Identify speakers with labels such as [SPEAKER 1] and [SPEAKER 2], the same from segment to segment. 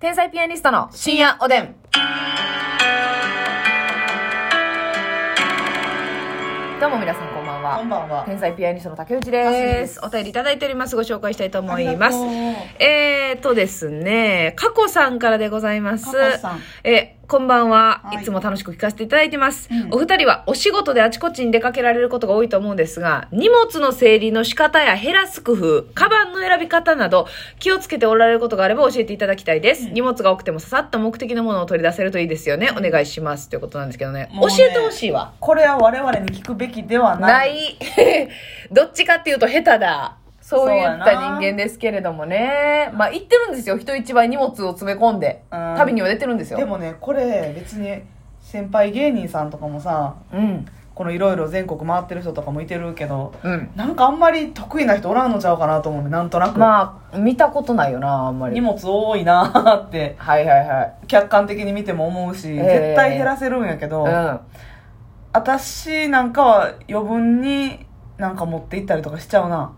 [SPEAKER 1] 天才ピアニストの深夜おでん。どうも皆さんこんばん
[SPEAKER 2] こん
[SPEAKER 1] は。
[SPEAKER 2] ばんは。
[SPEAKER 1] 天才ピアニストの竹内
[SPEAKER 2] あすみ
[SPEAKER 1] で
[SPEAKER 2] ですす。
[SPEAKER 1] お便りいただいております。ご紹介したいと思
[SPEAKER 2] ありが
[SPEAKER 1] い
[SPEAKER 2] とう
[SPEAKER 1] ます。えーとですね、かこさんからでございます。
[SPEAKER 2] かこさん
[SPEAKER 1] えーこんばんは、
[SPEAKER 2] はい
[SPEAKER 1] い。つも楽しく聞かせていただいてます、
[SPEAKER 2] うん
[SPEAKER 1] お二人はお仕事であちこちに出かけられることが多いと思うんですが、荷物の整理の仕方や減らす工夫、カバンの選び方など、気をつけておられることがあれば教えていただきたいです。荷物が多くてもささっと目的のものを取り出せるといいですよね。お願いします。ということなんですけどね。
[SPEAKER 2] もうね
[SPEAKER 1] 教えてほしいわ。
[SPEAKER 2] これは我々に聞くべきでは
[SPEAKER 1] な
[SPEAKER 2] ない。
[SPEAKER 1] い。 どっちかっていうと下手だ。そういった
[SPEAKER 2] そうや
[SPEAKER 1] 人
[SPEAKER 2] な
[SPEAKER 1] 間ですけれどもね。まあ言ってるんですよ。人一倍荷物を詰め込んで。
[SPEAKER 2] うん
[SPEAKER 1] 旅には出てるんですよ。
[SPEAKER 2] でもね、これ別に先輩芸人さんとかもさ、
[SPEAKER 1] うん。
[SPEAKER 2] このいろいろ全国回ってる人とかもいてるけど、
[SPEAKER 1] うん。
[SPEAKER 2] なんかあんまり得意な人おらんのちゃうかなと思うね、なんとなく。
[SPEAKER 1] まあ、見たことないよな、あんま
[SPEAKER 2] 荷
[SPEAKER 1] り。
[SPEAKER 2] 物多いなーって、
[SPEAKER 1] はいはいはい。
[SPEAKER 2] 客観的に見ても思うし、
[SPEAKER 1] え
[SPEAKER 2] 絶対減らせるんやけど、
[SPEAKER 1] う
[SPEAKER 2] 私なんかは余分になんか持って行ったりとかしちゃうな。
[SPEAKER 1] ん。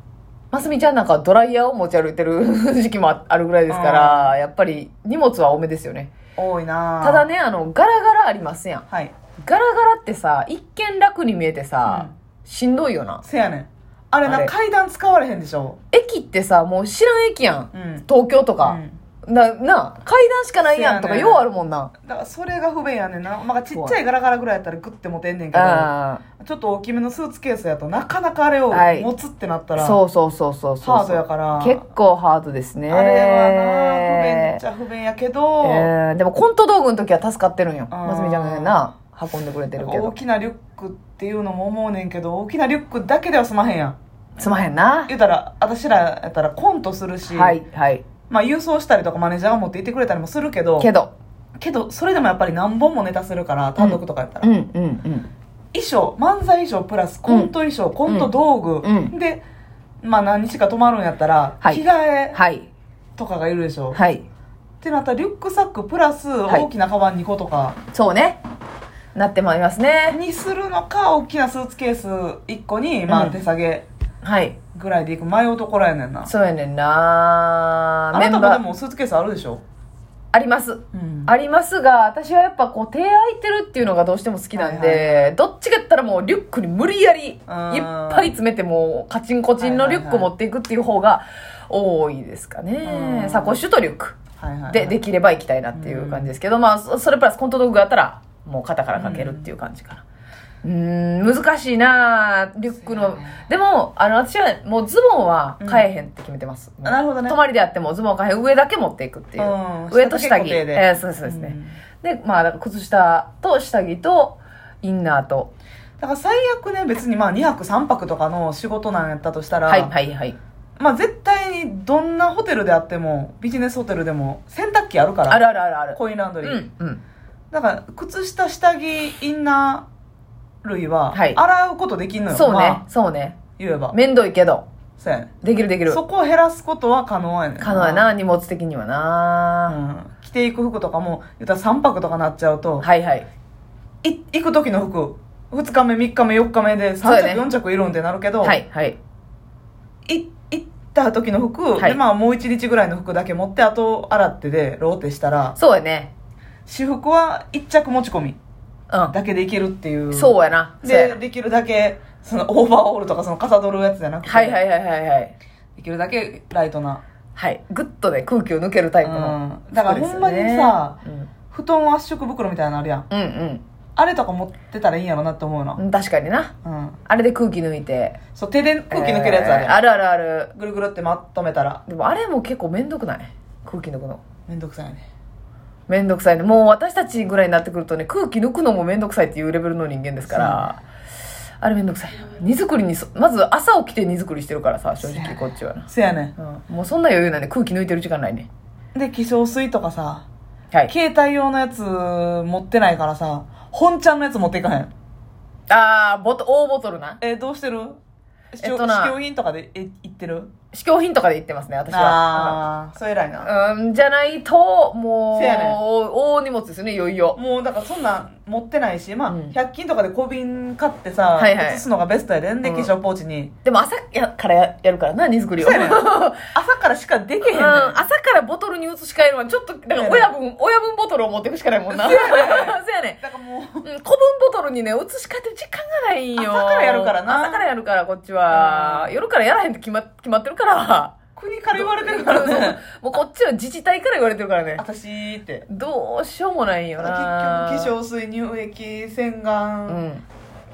[SPEAKER 1] ますみちゃんなんかドライヤーを持ち歩いてる 時期もああるぐらいですから、やっぱり荷物は多めですよね。
[SPEAKER 2] 多いなー
[SPEAKER 1] ただ。ね、あの、ガラガラありますやん。
[SPEAKER 2] はい。
[SPEAKER 1] ガラガラってさ、一見楽に見えてさ、しんどいよな。
[SPEAKER 2] せやねん。あれな、
[SPEAKER 1] あれ
[SPEAKER 2] 階段使われへんでしょ。
[SPEAKER 1] 駅ってさ、もう知らん駅やん。
[SPEAKER 2] うん。
[SPEAKER 1] 東京と
[SPEAKER 2] う
[SPEAKER 1] か。
[SPEAKER 2] ん
[SPEAKER 1] な、な、階段しかないやんとか、
[SPEAKER 2] そうやね
[SPEAKER 1] ようあるもんな。
[SPEAKER 2] だからそれが不便やねんな、まあ、ちっちゃいガラガラぐらいやったらグッて持てんねんけど
[SPEAKER 1] あ
[SPEAKER 2] ちょっと大きめのスーツケースやとなかなかあれを
[SPEAKER 1] はい
[SPEAKER 2] 持つってなったら、
[SPEAKER 1] あ。そうそうそうそうそう。
[SPEAKER 2] ハードやから
[SPEAKER 1] 結構ハードですね。
[SPEAKER 2] あれはな不便っちゃ不便やけど、
[SPEAKER 1] えーでもコント道具の時は助かってるんよ。
[SPEAKER 2] あー
[SPEAKER 1] ますみちゃんがな、運んでくれてるけ
[SPEAKER 2] 大
[SPEAKER 1] ど。
[SPEAKER 2] きなリュックっていうのも思うねんけど大きなリュックだけでは済まへんやん
[SPEAKER 1] すまへんな。
[SPEAKER 2] 言うたら私らやったらコントするし、
[SPEAKER 1] はい、はい。
[SPEAKER 2] まあ、郵送したりとかマネージャーが持って行ってくれたりもするけど
[SPEAKER 1] けど、
[SPEAKER 2] けどそれでもやっぱり何本もネタするから単独とかやったら、
[SPEAKER 1] うんうんうん。
[SPEAKER 2] 衣装漫才衣装プラスコント衣装、コント道具、
[SPEAKER 1] うん
[SPEAKER 2] でまあ何日か泊まるんやったら、
[SPEAKER 1] はい
[SPEAKER 2] 着替え
[SPEAKER 1] はい、
[SPEAKER 2] とかがいるでしょ、
[SPEAKER 1] はい。
[SPEAKER 2] ってなったらリュックサックプラス
[SPEAKER 1] はい
[SPEAKER 2] 大きなカバン2個とか
[SPEAKER 1] そうね。なってまいりますね。
[SPEAKER 2] にするのか大きなスーツケース1個に、ま
[SPEAKER 1] う
[SPEAKER 2] あ、
[SPEAKER 1] ん
[SPEAKER 2] 手下げ
[SPEAKER 1] はい。
[SPEAKER 2] ぐらいでいく迷うところやねんな、
[SPEAKER 1] そうやねんな
[SPEAKER 2] あ
[SPEAKER 1] メ
[SPEAKER 2] な
[SPEAKER 1] ン
[SPEAKER 2] たも
[SPEAKER 1] バ
[SPEAKER 2] で
[SPEAKER 1] ー。
[SPEAKER 2] もスーツケースあるでしょ、
[SPEAKER 1] あります。
[SPEAKER 2] うん
[SPEAKER 1] ありますが、私はやっぱこう手空いてるっていうのがどうしても好きなんで、
[SPEAKER 2] はい
[SPEAKER 1] どっちかやったらもうリュックに無理やりいっ
[SPEAKER 2] ん
[SPEAKER 1] ぱい詰めてもうカチンコチンのリュック持っていくっていう方が多いですかね。
[SPEAKER 2] うん
[SPEAKER 1] サコッシュとリュック。
[SPEAKER 2] はいはいはい
[SPEAKER 1] で、できれば行きたいなっていう感じですけど、まあ、そそれプラスコント道具があったら、もう肩からかけるっていう感じかな。うーん、難しいなリュックの
[SPEAKER 2] そうやね。
[SPEAKER 1] でも、あの、私はもうズボンは買えへんって決めてます。もう
[SPEAKER 2] なるほどね
[SPEAKER 1] 泊まりであってもズボン買えへん。上だけ持っていくっていう。
[SPEAKER 2] うん
[SPEAKER 1] 上と下着。
[SPEAKER 2] 下着固定で
[SPEAKER 1] えーそうですそうですね。で、まあ、だから靴下と下着と、インナーと。
[SPEAKER 2] だから最悪ね別にまあ2泊3泊とかの仕事なんやったとしたら、
[SPEAKER 1] はいはいはい。
[SPEAKER 2] まあ絶対にどんなホテルであってもビジネスホテルでも洗濯機あるから
[SPEAKER 1] あるあるあるある。
[SPEAKER 2] コインランド
[SPEAKER 1] う
[SPEAKER 2] リー、
[SPEAKER 1] ん、うん。
[SPEAKER 2] だから靴下下着インナー類は
[SPEAKER 1] はい
[SPEAKER 2] 洗うことできんのよ、
[SPEAKER 1] そう
[SPEAKER 2] ま
[SPEAKER 1] ね
[SPEAKER 2] あ、
[SPEAKER 1] そうね。
[SPEAKER 2] 言えば
[SPEAKER 1] めんどいけど、
[SPEAKER 2] そうやね
[SPEAKER 1] できるできる。
[SPEAKER 2] そこを減らすことは可能やねん
[SPEAKER 1] 可能やな、荷物的にはな。
[SPEAKER 2] うん、着ていく服とかも言ったら3泊とかなっちゃうと、
[SPEAKER 1] はいはい。
[SPEAKER 2] い、行く時の服2日目3日目4日目で3
[SPEAKER 1] そうや
[SPEAKER 2] 着、
[SPEAKER 1] ね
[SPEAKER 2] 4着いるんってなるけど、
[SPEAKER 1] はいはい。
[SPEAKER 2] い行った時の服、
[SPEAKER 1] はい
[SPEAKER 2] でまあもう1日ぐらいの服だけ持ってあと洗ってでローテしたら
[SPEAKER 1] そうやね。
[SPEAKER 2] 私服は1着持ち込み
[SPEAKER 1] う。
[SPEAKER 2] だけでいけるっていうん
[SPEAKER 1] そうやな。そうや
[SPEAKER 2] で
[SPEAKER 1] な
[SPEAKER 2] できるだけそのオーバーオールとかそのかさどるやつじゃなくて、
[SPEAKER 1] はいはいはいはいはい。
[SPEAKER 2] できるだけライトな、
[SPEAKER 1] はい。ぐっとね、空気を抜けるタイプの。
[SPEAKER 2] うん、だからほんまにさ、
[SPEAKER 1] そうですよね、
[SPEAKER 2] 布団圧縮袋みたいなのあるやん
[SPEAKER 1] うん、
[SPEAKER 2] あれとか持ってたらいいんやろなって思うな
[SPEAKER 1] うんう、ん。確かにな。
[SPEAKER 2] うん、
[SPEAKER 1] あれで空気抜いて。
[SPEAKER 2] そう手で空気抜けるやつある
[SPEAKER 1] え
[SPEAKER 2] や
[SPEAKER 1] ー
[SPEAKER 2] ん、
[SPEAKER 1] あるあるある。
[SPEAKER 2] ぐるぐるってまとめたら
[SPEAKER 1] でもあれも結構めんどくない空気抜くの。
[SPEAKER 2] めんどくさいよね
[SPEAKER 1] めんどくさいね。もう私たちぐらいになってくるとね、空気抜くのもめんどくさいっていうレベルの人間ですから。あれめんどくさいな。荷造りにそ、まず朝起きて荷造りしてるからさ、正直こっちはな。
[SPEAKER 2] せやね
[SPEAKER 1] うん。もうそんな余裕なんで空気抜いてる時間ないね。
[SPEAKER 2] んで化粧水とかさ
[SPEAKER 1] はい。
[SPEAKER 2] 携帯用のやつ持ってないからさ本ちゃんのやつ持っていかへん
[SPEAKER 1] ああ、ボト、大ボトルな。
[SPEAKER 2] えどうしてる試
[SPEAKER 1] えっ
[SPEAKER 2] 供、
[SPEAKER 1] とな
[SPEAKER 2] 試供品とかでえ行ってる
[SPEAKER 1] 試供品とかで行ってますね、私は。
[SPEAKER 2] ああ、そう偉いな。
[SPEAKER 1] うん、じゃないと、もう、
[SPEAKER 2] せやねん
[SPEAKER 1] 大荷物ですね、いよいよ。
[SPEAKER 2] もうだからそんなん持ってないし、まあ、
[SPEAKER 1] うん
[SPEAKER 2] 100均とかで小瓶買ってさ、
[SPEAKER 1] はいはい
[SPEAKER 2] 移すのがベストやでんで、
[SPEAKER 1] うん
[SPEAKER 2] 化粧ポーチに。
[SPEAKER 1] でも朝やからややるからな、荷造りを。
[SPEAKER 2] そう やねん朝からしかできへんね
[SPEAKER 1] うん、
[SPEAKER 2] ん。
[SPEAKER 1] 朝からボトルに移し替えるのはちょっと、だから親分、親分ボトルを持っていくしかないもんな。そう やねん。
[SPEAKER 2] だからもう、
[SPEAKER 1] うん、古文ボトルにね、移し替えてる時間がないんよ。
[SPEAKER 2] 朝からやるからな
[SPEAKER 1] 朝からやるから、こっちは。
[SPEAKER 2] う
[SPEAKER 1] 夜からやらへんって決ま決まってる から。
[SPEAKER 2] 国から言われてるからね。
[SPEAKER 1] もうこっちは自治体から言われてるからね。
[SPEAKER 2] 私って。
[SPEAKER 1] どうしようもないよ
[SPEAKER 2] 結局、
[SPEAKER 1] な
[SPEAKER 2] 化。粧水、乳液、洗
[SPEAKER 1] う
[SPEAKER 2] 顔、
[SPEAKER 1] ん。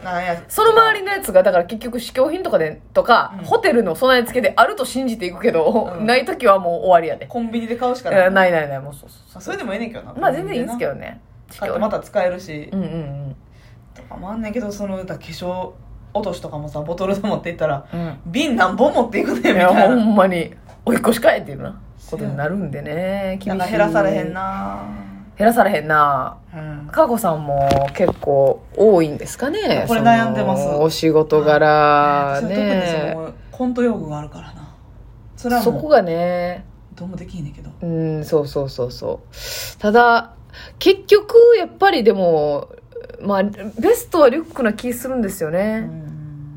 [SPEAKER 2] なんや。
[SPEAKER 1] その周りのやつが、だから結局、試供品とかで、とか、
[SPEAKER 2] うん
[SPEAKER 1] ホテルの備え付けであると信じていくけど、
[SPEAKER 2] うん
[SPEAKER 1] ないときはもう終わりやで。
[SPEAKER 2] コンビニで買うしか
[SPEAKER 1] え
[SPEAKER 2] な
[SPEAKER 1] ー
[SPEAKER 2] い。
[SPEAKER 1] ないないない、もうそうそう
[SPEAKER 2] まあそれでもええねんけどな。
[SPEAKER 1] まあ全然いいんですけ
[SPEAKER 2] ど。
[SPEAKER 1] どね。
[SPEAKER 2] 買ってまた使えるし
[SPEAKER 1] う。んうんうん。
[SPEAKER 2] とかもあんねんけど、その、だから化粧落としとかもさ、ボトルで持っていったら、
[SPEAKER 1] うん。
[SPEAKER 2] 瓶何本持っていくねんみ
[SPEAKER 1] いや、
[SPEAKER 2] たい
[SPEAKER 1] ほ
[SPEAKER 2] な。
[SPEAKER 1] んまに、おいっこしかえっていうな、ことになるんでね。 厳
[SPEAKER 2] なん
[SPEAKER 1] し
[SPEAKER 2] か
[SPEAKER 1] い。
[SPEAKER 2] 減らされへん。な
[SPEAKER 1] 減らされへんな。
[SPEAKER 2] うん。
[SPEAKER 1] かこさんも結構多いんですかね。
[SPEAKER 2] これ悩んでます
[SPEAKER 1] そのお仕事柄、
[SPEAKER 2] 私は特にそ
[SPEAKER 1] ね。
[SPEAKER 2] のコント用具があるからなそれは
[SPEAKER 1] そ
[SPEAKER 2] も
[SPEAKER 1] こ
[SPEAKER 2] う
[SPEAKER 1] がね、
[SPEAKER 2] どうもできひんねんけど
[SPEAKER 1] うん、そうそうそうそう。ただ、結局、やっぱりでも、まあ、ベストはリュックな気するんですよ
[SPEAKER 2] う
[SPEAKER 1] ね。
[SPEAKER 2] ん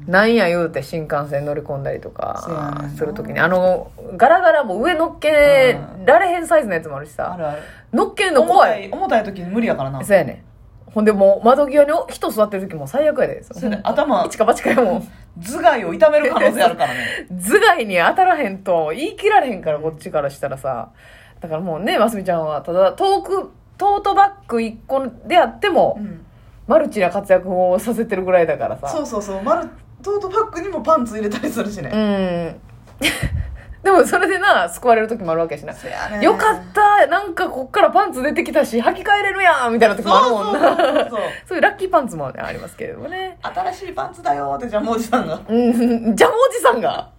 [SPEAKER 1] なんや言うて新幹線乗り込んだりと
[SPEAKER 2] そうやねん
[SPEAKER 1] か
[SPEAKER 2] な
[SPEAKER 1] するときに、あの、ガラガラも上乗っけられへんサイズのやつもあるし
[SPEAKER 2] あ
[SPEAKER 1] さ、
[SPEAKER 2] るある
[SPEAKER 1] 乗っけんの
[SPEAKER 2] 重
[SPEAKER 1] 怖
[SPEAKER 2] た
[SPEAKER 1] い。
[SPEAKER 2] い重たい時に無理やからな
[SPEAKER 1] そうやねん。ほんでもう窓際に人座ってる時も最悪やで。
[SPEAKER 2] そうやね頭
[SPEAKER 1] 一か八かやもん。
[SPEAKER 2] 頭蓋を痛める可能性あるからね
[SPEAKER 1] 頭蓋に当たらへんと言い切られへんからこっちからしたらさだからもうねますみちゃんはただトークトートバッグ1個であっても、
[SPEAKER 2] うん
[SPEAKER 1] マルチな活躍をさせてるぐらいだからさ
[SPEAKER 2] そうそうそうマルトートバッグにもパンツ入れたりするし
[SPEAKER 1] う
[SPEAKER 2] ね
[SPEAKER 1] んでもそれでな救われる時もあるわけやしな
[SPEAKER 2] そうやね
[SPEAKER 1] よかったなんかこっからパンツ出てきたし履き替えれるやんみたいな時もあるもん
[SPEAKER 2] そう
[SPEAKER 1] な
[SPEAKER 2] そうそうそう
[SPEAKER 1] そういうラッキーパンツもねありますけれどもね
[SPEAKER 2] 新しいパンツだよってジャムおじさんが
[SPEAKER 1] うんジャムおじさんが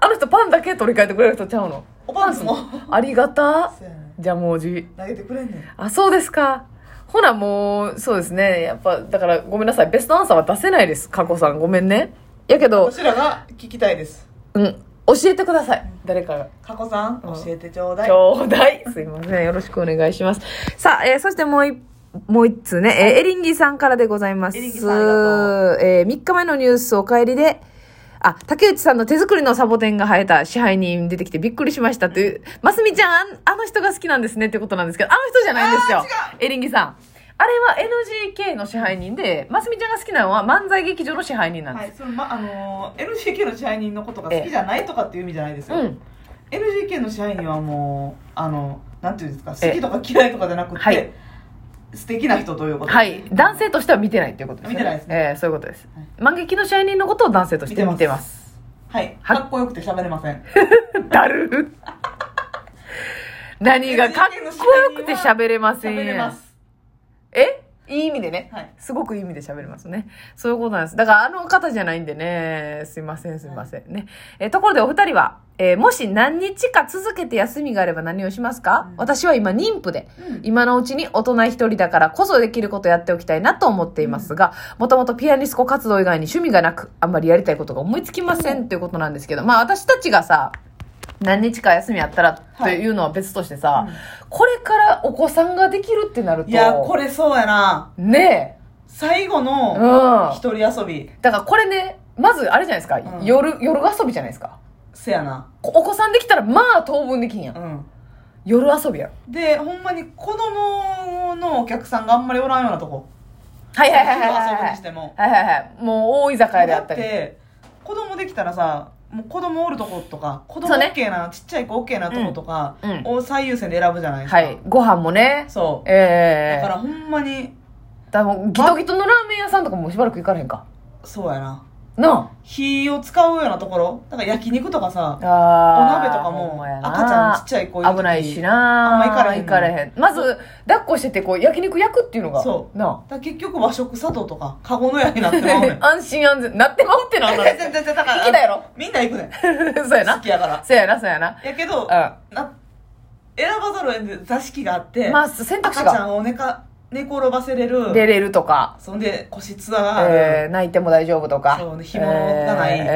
[SPEAKER 1] あの人パンだけ取り替えてくれる人ちゃうの
[SPEAKER 2] おパンツも
[SPEAKER 1] ありがた
[SPEAKER 2] そうやね
[SPEAKER 1] ジャムおじ
[SPEAKER 2] 投げてくれんねん
[SPEAKER 1] あ、そうですか。ほな、もう、そうですね。やっぱ、だから、ごめんなさい。ベストアンサーは出せないです。加古さん、ごめんね。やけど、
[SPEAKER 2] 私らが聞きたいです
[SPEAKER 1] うん、教えてください。誰かが。
[SPEAKER 2] 加古さん
[SPEAKER 1] うん
[SPEAKER 2] 教えてちょうだい
[SPEAKER 1] ちょうだい。すいません。よろしくお願いします。さあ、えーそしてもう一、もう一通ね、えーエリンギさんからでございます。
[SPEAKER 2] エリンギさんありが
[SPEAKER 1] えー、3日前のニュースお帰りで、あ、竹内さんの手作りのサボテンが生えた支配人出てきてびっくりしましたという、ますみちゃん、あんあの人が好きなんですねってことなんですけど、あの人じゃないんですよ。エリンギさん。あれは NGK の支配人で、ますみちゃんが好きなのは漫才劇場の支配人なんで
[SPEAKER 2] は
[SPEAKER 1] す。
[SPEAKER 2] い、そのまあのー NGK の支配人のことが好きじゃないとかっていう意味じゃないですよ、
[SPEAKER 1] うん。
[SPEAKER 2] NGK の支配人はもうあのなんていうんですか
[SPEAKER 1] ええ
[SPEAKER 2] 好きとか嫌いとかじゃなくて、
[SPEAKER 1] はい
[SPEAKER 2] 素敵な人ということで
[SPEAKER 1] はい。男性としては見てないっていうことですね。
[SPEAKER 2] 見てないですね
[SPEAKER 1] ええそういうことです。満劇の支配人のことを男性として見てます。
[SPEAKER 2] はい
[SPEAKER 1] は
[SPEAKER 2] かっこよくて喋れません
[SPEAKER 1] だ る何がかっこよくて喋れません
[SPEAKER 2] 喋れます
[SPEAKER 1] えいい意味でね。
[SPEAKER 2] はい
[SPEAKER 1] すごくいい意味で喋れますね。そういうことなんです。だからあの方じゃないんでね。すいません、すいません。ね。えーところでお二人は、えーもし何日か続けて休みがあれば何をしますか、
[SPEAKER 2] うん
[SPEAKER 1] 私は今妊婦で、
[SPEAKER 2] うん
[SPEAKER 1] 今のうちに大人一人だからこそできることやっておきたいなと思っていますが、もともとピアニスコ活動以外に趣味がなく、あんまりやりたいことが思いつきませんということなんですけど、まあ私たちがさ、何日か休みあったらというのは別としてさ、
[SPEAKER 2] うん
[SPEAKER 1] これからお子さんができるってなると、
[SPEAKER 2] いやこれそうやな
[SPEAKER 1] ね
[SPEAKER 2] 最後
[SPEAKER 1] え。うん。
[SPEAKER 2] の
[SPEAKER 1] だ
[SPEAKER 2] 一人遊び
[SPEAKER 1] からこれね、まずあれじゃないですか。
[SPEAKER 2] うん
[SPEAKER 1] 夜、夜遊びじゃないですか。
[SPEAKER 2] せやな
[SPEAKER 1] こお子さんできたら、まあ当分できんやん。
[SPEAKER 2] うん
[SPEAKER 1] 夜遊びやん。
[SPEAKER 2] でほんまに子供のお客さんがあんまりおらんようなとこ
[SPEAKER 1] はいはいはいはいはい。
[SPEAKER 2] 遊ぶにしても
[SPEAKER 1] はいはいはい。もう大居酒屋であ
[SPEAKER 2] だ
[SPEAKER 1] っ
[SPEAKER 2] った
[SPEAKER 1] り。
[SPEAKER 2] て子供できたらさもう子供おるとことか子供
[SPEAKER 1] そうね
[SPEAKER 2] OK な、ちっちゃい子 OK なとことか
[SPEAKER 1] うんうん
[SPEAKER 2] を最優先で選ぶじゃないですか、
[SPEAKER 1] はい。ご飯もね。
[SPEAKER 2] そうだ
[SPEAKER 1] ええ
[SPEAKER 2] からほんまに
[SPEAKER 1] だからもうギトギトのラーメン屋さんとかもしばらく行かれへんか。
[SPEAKER 2] そうやな
[SPEAKER 1] な
[SPEAKER 2] 火を使うようなところだから焼肉とかさ
[SPEAKER 1] あ。あ
[SPEAKER 2] お
[SPEAKER 1] あ
[SPEAKER 2] 鍋とかも赤ちゃんちっちゃい子いる時
[SPEAKER 1] 危ないしな
[SPEAKER 2] あんま行かれへんの
[SPEAKER 1] 行かれへんまず抱っこしててこう焼肉焼くっていうのが
[SPEAKER 2] そう
[SPEAKER 1] な
[SPEAKER 2] だから結局和食佐藤とかカゴの屋になってまうねん
[SPEAKER 1] 安心安全なってまうってな んだ
[SPEAKER 2] 全然全然だから
[SPEAKER 1] 好きだやろ
[SPEAKER 2] みんな行くねん
[SPEAKER 1] そうや
[SPEAKER 2] 好
[SPEAKER 1] な
[SPEAKER 2] きやから
[SPEAKER 1] そうやなそうやな
[SPEAKER 2] やけど、
[SPEAKER 1] う
[SPEAKER 2] な選ばざるを得んで座敷があって、
[SPEAKER 1] んまあ選択肢
[SPEAKER 2] 赤ちゃ
[SPEAKER 1] が
[SPEAKER 2] んを寝か寝転ばせれる。
[SPEAKER 1] 出れるとか、
[SPEAKER 2] そんで、個室がある。
[SPEAKER 1] えー泣いても大丈夫とか。
[SPEAKER 2] そうね紐がない
[SPEAKER 1] えーえー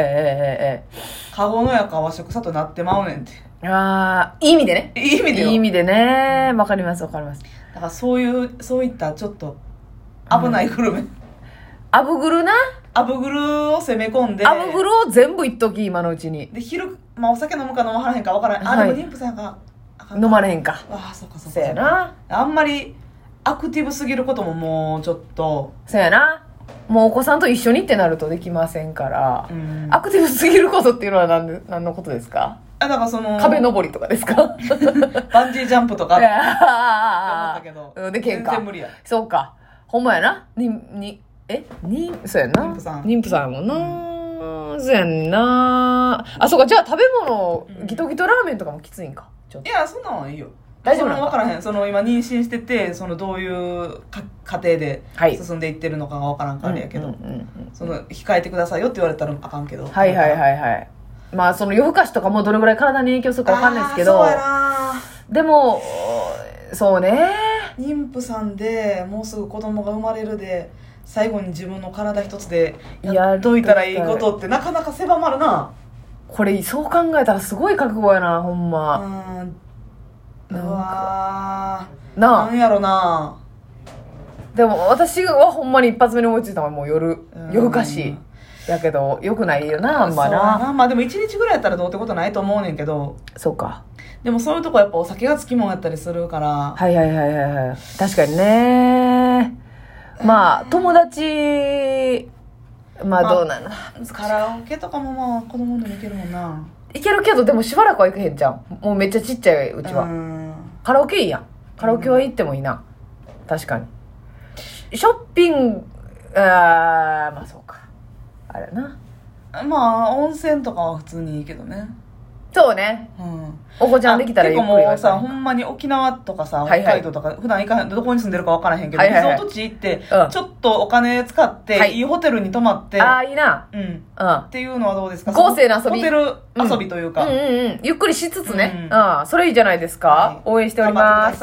[SPEAKER 1] えー
[SPEAKER 2] カゴのやか和食さとなってまうねんって。
[SPEAKER 1] えーあーいい意味でね。
[SPEAKER 2] いい意味
[SPEAKER 1] い
[SPEAKER 2] でよ。
[SPEAKER 1] い意味でね。わかります、わかります。
[SPEAKER 2] だからそういう、そういったちょっと、危ないグルメ。
[SPEAKER 1] アブグルな。
[SPEAKER 2] アブグルを攻め込んで。
[SPEAKER 1] アブグルを全部一っとき、今のうちに。
[SPEAKER 2] で、昼、まあお酒飲むか飲まはらへんかわからん。あ、
[SPEAKER 1] はい
[SPEAKER 2] でも妊婦さんが、あかん
[SPEAKER 1] 飲まれへんか。
[SPEAKER 2] ああ、そうかそう
[SPEAKER 1] そ
[SPEAKER 2] か。
[SPEAKER 1] うや。な。
[SPEAKER 2] あんまり、アクティブすぎることももうちょっと、
[SPEAKER 1] そうやな。もうお子さんと一緒にってなるとできませんから
[SPEAKER 2] う。ん。
[SPEAKER 1] アクティブすぎることっていうのは何で何のことですか
[SPEAKER 2] あ、だからその、
[SPEAKER 1] 壁登りとかですか
[SPEAKER 2] バンジージャンプとか、って思っ
[SPEAKER 1] あ
[SPEAKER 2] たけど
[SPEAKER 1] ー。で、喧
[SPEAKER 2] 全然無
[SPEAKER 1] 嘩。
[SPEAKER 2] 理や。
[SPEAKER 1] そうか。ほんまやな。に、に、えに、そうやな。
[SPEAKER 2] 妊婦さん
[SPEAKER 1] 妊婦さんやもんな。そうやんな。あ、そうか。じゃあ食べ物
[SPEAKER 2] う、ん
[SPEAKER 1] ギトギトラーメンとかもきついんか。ちょっ
[SPEAKER 2] いや、そんなんはいいよ。
[SPEAKER 1] 大丈夫な
[SPEAKER 2] そ
[SPEAKER 1] の
[SPEAKER 2] の分からへん。その今妊娠してて、そのどういうか過程で
[SPEAKER 1] はい
[SPEAKER 2] 進んでいってるのかが分からん
[SPEAKER 1] と。
[SPEAKER 2] からあれやけど、
[SPEAKER 1] うんうんうん
[SPEAKER 2] その控えてくださいよって言われたらあかんけど。
[SPEAKER 1] はいはいはいはい。まあ、その夜更かしとかもどれぐらい体に影響するかわかんないですけど。
[SPEAKER 2] あーそ
[SPEAKER 1] でも、そうね。
[SPEAKER 2] うやな妊婦さんでもうすぐ子供が生まれるで、最後に自分の体一つでやっといたらいいことってなかなか狭まるな。
[SPEAKER 1] これ、そう考えたらすごい覚悟やな、ほん
[SPEAKER 2] う
[SPEAKER 1] ま。
[SPEAKER 2] ーん。う
[SPEAKER 1] なんか
[SPEAKER 2] わー。
[SPEAKER 1] な
[SPEAKER 2] な
[SPEAKER 1] あ。
[SPEAKER 2] んやろな。
[SPEAKER 1] でも、私はほんまに一発目に思いついたのはもう夜
[SPEAKER 2] う、ん
[SPEAKER 1] 夜更かし。やけど、良くないよな、あんま
[SPEAKER 2] そうや
[SPEAKER 1] な。
[SPEAKER 2] なまあでも一日ぐらいやったらどうってことないと思うねんけど。
[SPEAKER 1] そうか。
[SPEAKER 2] でもそういうとこやっぱお酒がつきもんやったりするから、
[SPEAKER 1] はいはいはいはいはい。確かにね。まあ、友達、ま
[SPEAKER 2] ま
[SPEAKER 1] あ
[SPEAKER 2] あ
[SPEAKER 1] どうなの、
[SPEAKER 2] カラオケとかもまあ子供でもいけるもんない
[SPEAKER 1] けるけど、でもしばらくは行けへんじゃん。もうめっちゃちっちゃいう
[SPEAKER 2] う
[SPEAKER 1] ちは。
[SPEAKER 2] ん
[SPEAKER 1] カラオケいいやん。カラオケは行ってもいいな。確かに。ショッピング、あー、まあそうか。あれな。
[SPEAKER 2] まあ温泉とかは普通にいいけどね
[SPEAKER 1] そうね。
[SPEAKER 2] うん
[SPEAKER 1] お子ちゃんできたらゆっく
[SPEAKER 2] 結構
[SPEAKER 1] りは
[SPEAKER 2] もうさ
[SPEAKER 1] 行
[SPEAKER 2] ほ
[SPEAKER 1] く
[SPEAKER 2] んまに沖縄とかさ
[SPEAKER 1] はいはい
[SPEAKER 2] 北海道とか普段行かへんどこに住んでるか分からへんけど
[SPEAKER 1] はい
[SPEAKER 2] リゾ
[SPEAKER 1] はいはい
[SPEAKER 2] ート地行って
[SPEAKER 1] うん
[SPEAKER 2] ちょっとお金使っ
[SPEAKER 1] は
[SPEAKER 2] て
[SPEAKER 1] い
[SPEAKER 2] いいホテルに泊まって
[SPEAKER 1] あー、いいな。
[SPEAKER 2] うん
[SPEAKER 1] うん
[SPEAKER 2] っ。ていうのはどうですか
[SPEAKER 1] 豪勢な遊び
[SPEAKER 2] ホテル遊びというか
[SPEAKER 1] うんうんうん。ゆっくりしつつね。
[SPEAKER 2] う
[SPEAKER 1] うん。それいいじゃないですか。
[SPEAKER 2] はい
[SPEAKER 1] 応援しております。